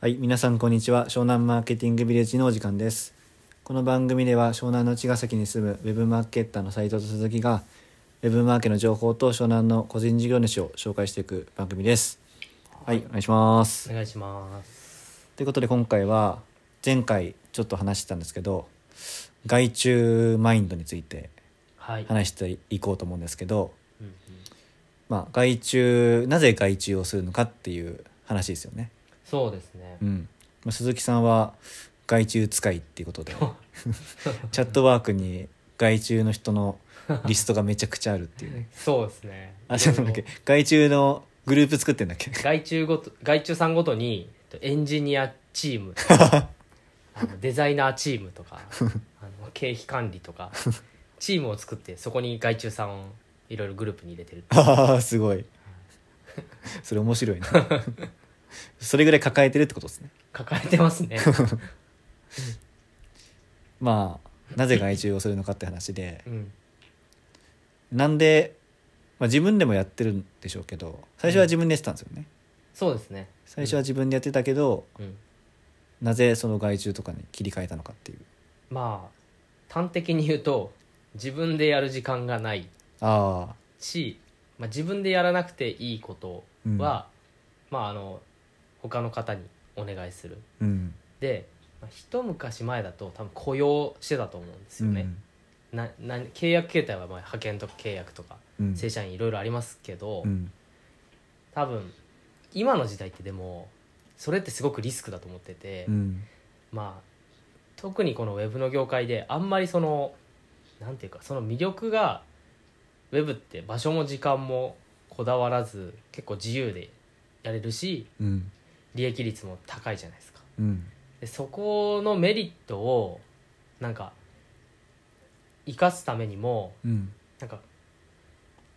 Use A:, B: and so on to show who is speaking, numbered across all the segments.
A: はい、皆さんこんにちは。湘南マーケティングビレッジのお時間です。この番組では湘南の茅ヶ崎に住むウェブマーケッターの斉藤と鈴木が、ウェブマーケの情報と湘南の個人事業主を紹介していく番組です。はい、お願いします。
B: お願いします
A: ということで今回は、前回ちょっと話してたんですけど、外注マインドについて
B: はい、
A: 話していこうと思うんですけど、
B: うんうん
A: まあ、外注、なぜ外注をするのかっていう話ですよね。
B: そうですね
A: うん、まあ鈴木さんは害虫使いっていうこと でチャットワークに害虫の人のリストがめちゃくちゃあるっていう ね
B: そうですね
A: あそうなんだっけ害虫のグループ作ってんだっけ
B: 外注ごと外注さんごとにえっとエンジニアチ ームあのデザイナーチームとかあの経費管理とかチームを作ってそこに外注さんをいろいろグループに入れ てる
A: ああすごいそれ面白いなそれぐらい抱えてるってことですね
B: 抱えてます ね
A: まあなぜ害虫をするのかって話で
B: うん
A: なんで、まあ、自分でもやってるんでしょうけど最初は自分でやってたんですよね、
B: そうですね
A: 最初は自分でやってたけど、
B: うん
A: なぜその害虫とかに切り替えたのかっていう
B: まあ端的に言うと自分でやる時間がない
A: ああ
B: し、まあ、自分でやらなくていいことは、まああの他の方にお願いする
A: うん
B: で、まあ、一昔前だと多分雇用してたと思うんですよね、なな契約形態はまあ派遣とか契約とか
A: うん
B: 正社員いろいろありますけど、
A: うん
B: 多分今の時代ってでもそれってすごくリスクだと思ってて、
A: うん
B: まあ特にこのウェブの業界であんまりそのなんていうかその魅力がウェブって場所も時間もこだわらず結構自由でやれるし
A: うん
B: 利益率も高いじゃないですか
A: うん
B: でそこのメリットをなんか生かすためにも
A: うん
B: なんか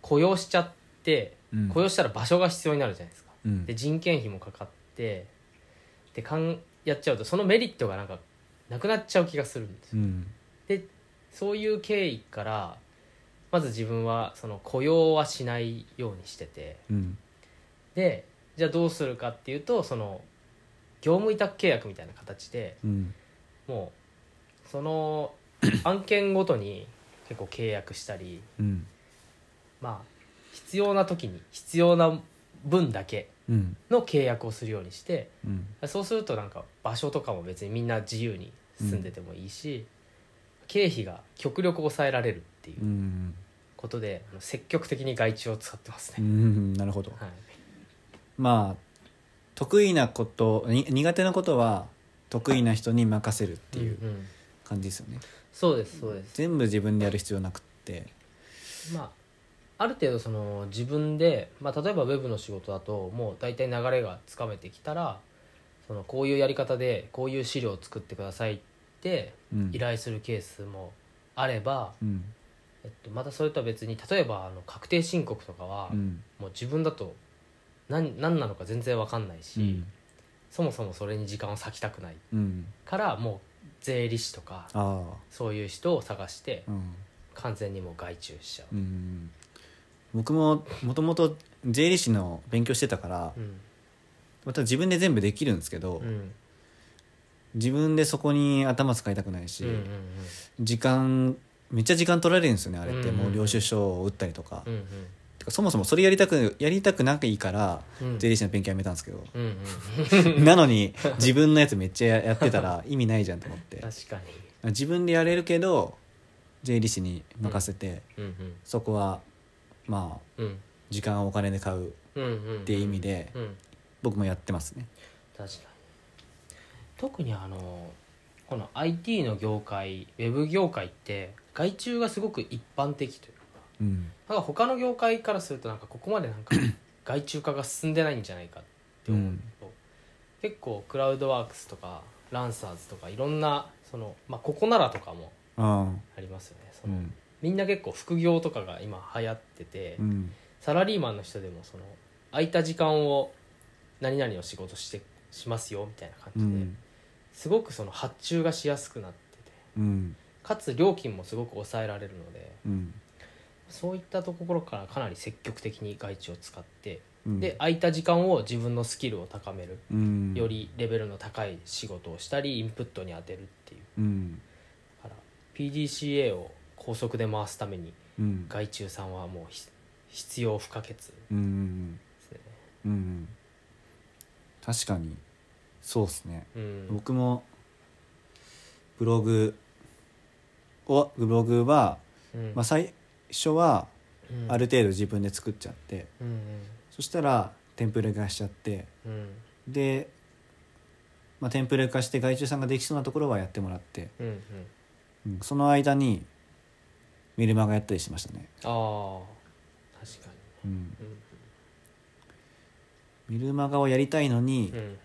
B: 雇用しちゃって
A: うん
B: 雇用したら場所が必要になるじゃないですか
A: うん
B: で人件費もかかってでかんやっちゃうとそのメリットがなんかなくなっちゃう気がするんですよ
A: うん
B: そういう経緯からまず自分はその雇用はしないようにしてて
A: うん
B: でじゃあどうするかっていうとその業務委託契約みたいな形で
A: うん
B: もうその 案件ごとに結構契約したり
A: うん
B: まあ必要な時に必要な分だけ
A: うん
B: の契約をするようにして
A: うん
B: そうするとなんか場所とかも別にみんな自由に住んでてもいいし、経費が極力抑えられるっていう
A: うん
B: ことであの積極的に外注を使ってます
A: う
B: ね、
A: んなるほど
B: はい、
A: まあ得意なことに苦手なことは得意な人に任せるっていう
B: うんうん
A: 感じですよね
B: そうですそうです、
A: 全部自分でやる必要なくって
B: まあある程度その自分で、まあ、例えばウェブの仕事だともう大体流れがつかめてきたらそのこういうやり方でこういう資料を作ってくださいって
A: うん
B: 依頼するケースもあれば、
A: うん
B: えっと、またそれとは別に例えばあの確定申告とかは、
A: うん
B: もう自分だと何何なのか全然わかんないし、
A: うん
B: そもそもそれに時間を割きたくない
A: うん
B: からもう税理士とか
A: あ
B: そういう人を探して
A: あうん
B: 完全にもう外注しちゃう、
A: うん僕ももともと税理士の勉強してたから
B: うん
A: また自分で全部できるんですけど、
B: うんうん
A: 自分でそこに頭使いたくないし、
B: うん
A: 時間めっちゃ時間取られるんですよねあれって、
B: うんうん
A: もう領収書を打ったりとか,、
B: うんうん
A: てかそもそもそれやりたくやりたくないから
B: うんうん
A: 税理士の勉強やめたんですけ ど、
B: うんうん
A: なのに自分のやつめっちゃやってたら意味ないじゃんと思って
B: 確か
A: 自分でやれるけど税理士に任せて、
B: にうん
A: そこはまあ
B: うん
A: 時間をお金で買うっ
B: うんうんうんって
A: いう意味で、
B: うん
A: 僕もやってますね。
B: 確かに特にあのこの IT の業界ウェブ業界って外注がすごく一般的というか
A: うん
B: なんか他の業界からするとなんかここまでなんか外注化が進んでないんじゃないかって思うと、結構クラウドワークスとかランサーズとかいろんなその、まあ、ここならとかも
A: ああ
B: ありますよねそうの、
A: ん
B: みんな結構副業とかが今流行ってて、
A: うん
B: サラリーマンの人でもその空いた時間を何々の仕事してしますよみたいな感
A: う
B: じで、
A: ん
B: すごくその発注がしやすくなってて
A: うん
B: かつ料金もすごく抑えられるので
A: うん
B: そういったところからかなり積極的に外注を使って
A: うん
B: で空いた時間を自分のスキルを高める
A: うん
B: よりレベルの高い仕事をしたりインプットに当てるっていう
A: うん
B: だから PDCA を高速で回すために
A: うん
B: 外注さんはもうひ必要不可欠です
A: うん
B: ね
A: うん確かにそうですね
B: うん
A: 僕もブログをブログは、
B: うん
A: まあ、最初は
B: うん
A: ある程度自分で作っちゃって
B: うん
A: そしたらテンプレ化しちゃって
B: うんうん
A: で、まあ、テンプレ化して外注さんができそうなところはやってもらって、
B: うんうん
A: うんその間にメルマガやったりしましたね、
B: ああ確か
A: うん、
B: に
A: メルマガをやりたいのに、
B: うん、うん、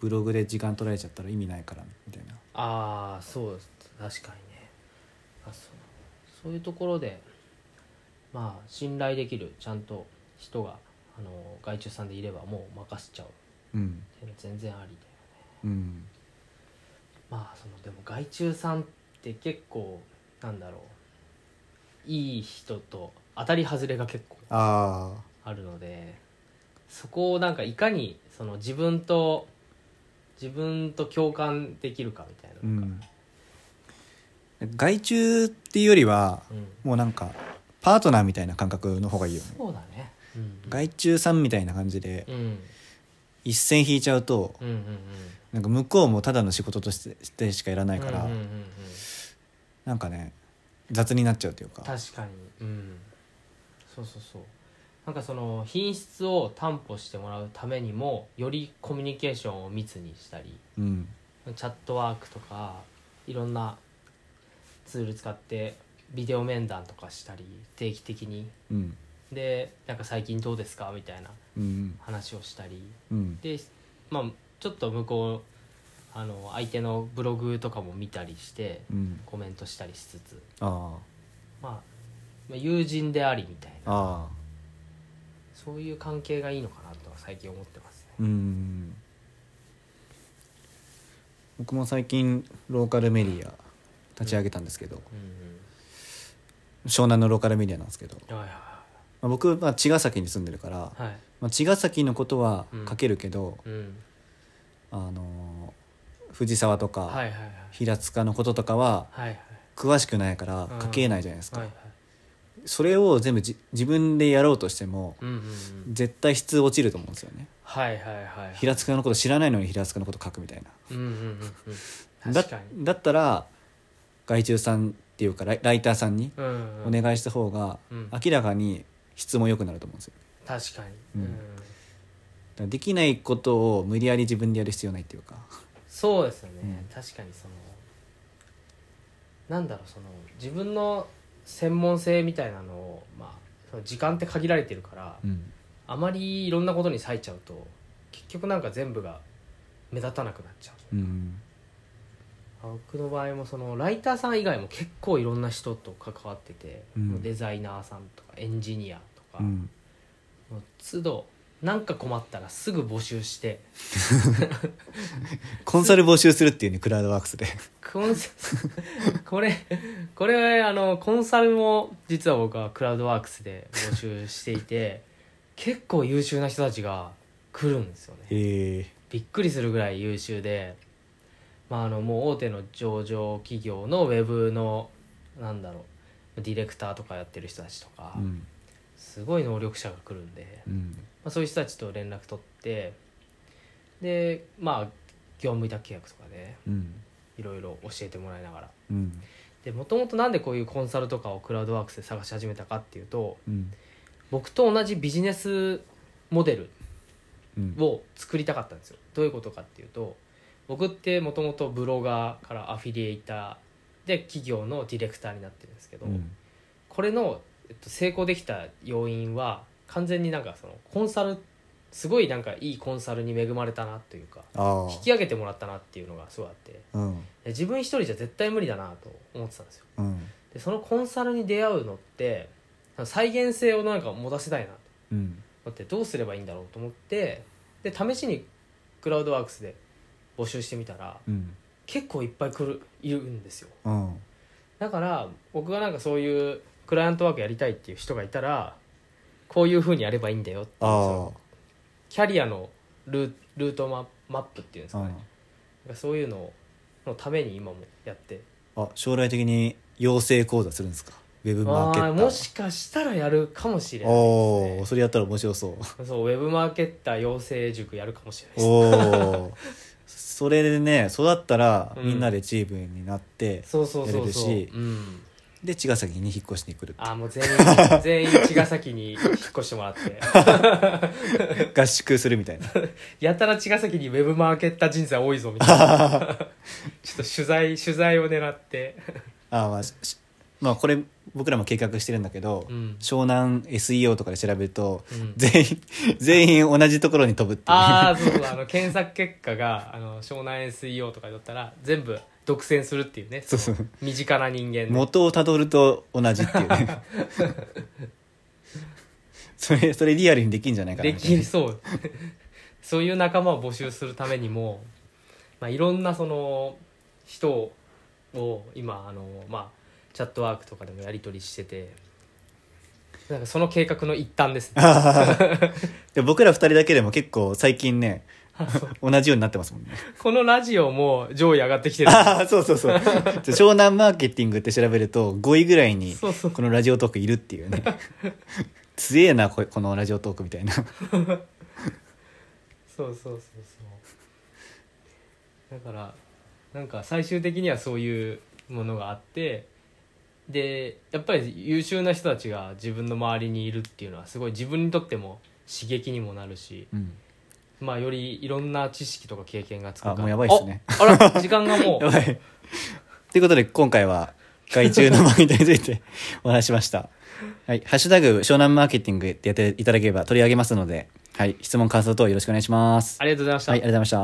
A: ブログで時間取られちゃったら意味ないからみたいな
B: ああそうです確かにねあそうそういうところでまあ信頼できるちゃんと人があの外注さんでいればもう任せちゃ
A: う
B: う
A: ん
B: っていうのは全然ありだよね
A: うん
B: まあそのでも害虫さんって結構なんだろういい人と当たり外れが結構
A: ああ
B: あるのでそこをなんかいかにその自分と自分と共感できるかみたいな
A: う
B: のが
A: ん外注っていうよりは
B: うん
A: もうなんかパートナーみたいな感覚の方がいいよね
B: そうだねうん
A: 外注さんみたいな感じで
B: うんうん
A: 一線引いちゃうと
B: うんうん
A: なんか向こうもただの仕事としてしてしかやらないから
B: うんうんうんうん
A: なんかね雑になっちゃうというか
B: 確かにうんそうそうそうなんかその品質を担保してもらうためにもよりコミュニケーションを密にしたり
A: うん
B: チャットワークとかいろんなツール使ってビデオ面談とかしたり定期的に
A: うん
B: でなんか最近どうですかみたいな
A: うん
B: 話をしたり
A: うん
B: でまあちょっと向こうあの相手のブログとかも見たりして
A: うん
B: コメントしたりしつつ、
A: あ
B: まあ、まあ友人でありみたい
A: あ
B: な
A: ああ
B: そういう関係がいいのかなとは最近思ってますね
A: うん僕も最近ローカルメディア立ち上げたんですけど、
B: うん
A: 湘南のローカルメディアなんですけど、
B: うんはい
A: まあ、僕は茅ヶ崎に住んでるから、
B: はいはいはい
A: まあ、茅ヶ崎のことは書けるけど、
B: うん
A: あのー藤沢とか、
B: はいはいはい
A: 平塚のこととかは
B: はいはい
A: 詳しくないから
B: うん
A: 書けないじゃないですか、
B: はいはい
A: それを全部じ自分でやろうとしても
B: うんうんうん
A: 絶対質落ちると思うんですよね
B: はいはいはい
A: 平塚のこと知らないのに平塚のこと書くみたいな
B: うんうんうんうん
A: だ
B: 確かに
A: だったら外注さんっていうかライライターさんに
B: うんうん
A: お願いした方が
B: うん
A: 明らかに質も良くなると思うんですよ
B: 確かに
A: う
B: うんん
A: だからできないことを無理やり自分でやる必要ないっていうか
B: そうですよ
A: うん
B: ね確かにそのなんだろうその自分の専門性みたいなのをまあその時間って限られてるから
A: うん
B: あまりいろんなことに割いちゃうと結局なんか全部が目立たなくなっちゃう
A: うん
B: あ僕の場合もそのライターさん以外も結構いろんな人と関わってて、
A: うん
B: デザイナーさんとかエンジニアと
A: う
B: か、
A: ん
B: もう都度なんか困ったらすぐ募集して
A: コンサル募集するっていうねクラウドワークス で
B: コンサ これこれあのコンサルも実は僕はクラウドワークスで募集していて 結構優秀な人たちが来るんですよね
A: へえ
B: びっくりするぐらい優秀で、まあ、あのもう大手の上場企業のウェブのなんだろうディレクターとかやってる人たちとか、
A: うん
B: すごい能力者が来るんで、
A: うん
B: まあ、そういう人たちと連絡取ってでまあ業務委託契約とかで
A: うん
B: いろいろ教えてもらいながら
A: うん
B: でもともとなんでこういうコンサルとかをクラウドワークスで探し始めたかっていうと
A: うん
B: 僕と同じビジネスモデル
A: うん
B: を作りたかったんですよどういうことかっていうと僕ってもともとブロガーからアフィリエイターで企業のディレクターになってるんですけど、
A: うん
B: これの、えっと、成功できた要因は完全になんかそのコンサルすごいなんかいいコンサルに恵まれたなというか
A: あ
B: 引き上げてもらったなっていうのがすごいあってで
A: あうん
B: 自分一人じゃ絶対無理だなと思ってたんですよ
A: うん
B: でそのコンサルに出会うのって再現性をなんか持たせたいなと
A: うん
B: だってどうすればいいんだろうと思ってで試しにクラウドワークスで募集してみたら
A: うん
B: 結構いっぱい来るいるんですよ
A: うん
B: だから僕がなんかそういうクライアントワークやりたいっていう人がいたらこういうふうにやればいいんだよっていう
A: ああ
B: そキャリアのルールートママップっていうんです
A: う
B: かね、
A: ん
B: なんかそういうののために今もやって
A: あ将来的に養成講座するんですかウェブマーケッ
B: あ
A: タ
B: ー
A: ー
B: もしかしたらやるかもしれない
A: お
B: で
A: お
B: す
A: それやったら面白そう
B: ねそうウェブマーケッター養成塾やるかもしれないです
A: おお それでね育ったら
B: うん
A: みんなでチームになって、
B: そうそうそうそう、
A: やれるし
B: うん、
A: で茅ヶ崎に引っ越しに来る
B: あーもう 全員全員茅ヶ崎に引っ越してもらって
A: 合宿するみたいな
B: やたら茅ヶ崎にウェブマーケッター人材多いぞみたいな ちょっと取材取材を狙って、
A: あー、まあ、しまあこれ僕らも計画してるんだけど、
B: うん
A: 湘南 SEO とかで調べると、
B: うん
A: 全員全員同じところに飛ぶっていう
B: ああそうそうあの検索結果があの湘南 SEO とかだったら全部独占するっていうねその
A: そうそう
B: 身近な人間の
A: 元をたどると同じっていう ねそれそれリアルにできんじゃないかな
B: で
A: みたいな
B: きるそう そういう仲間を募集するためにも、まあ、いろんなその人を今あの、まあ、チャットワークとかでもやり取りしててなんかその計画の一端です ね
A: で僕ら二人だけでも結構最近 ね同じようになってますもんね
B: このラジオも上位上がってきてる
A: ああ そうそうそう湘南マーケティングって調べると5位ぐらいに
B: そうそう
A: このラジオトークいるっていう ね強えなここのラジオトークみたいな
B: そうそうそうそうだからなんか最終的にはそういうものがあってでやっぱり優秀な人たちが自分の周りにいるっていうのはすごい自分にとっても刺激にもなるし、
A: うん
B: まあ、よりいろんな知識とか経験がつくから
A: あもうやばいっすね
B: ああら時間が もう
A: やばいということで今回は外注のマーケットについて お話ししましたはい「ハッシュタグ湘南マーケティング」ってやっていただければ取り上げますので、はい、質問感想等よろしくお願いします
B: ありがとうございました、
A: はいありがとうございました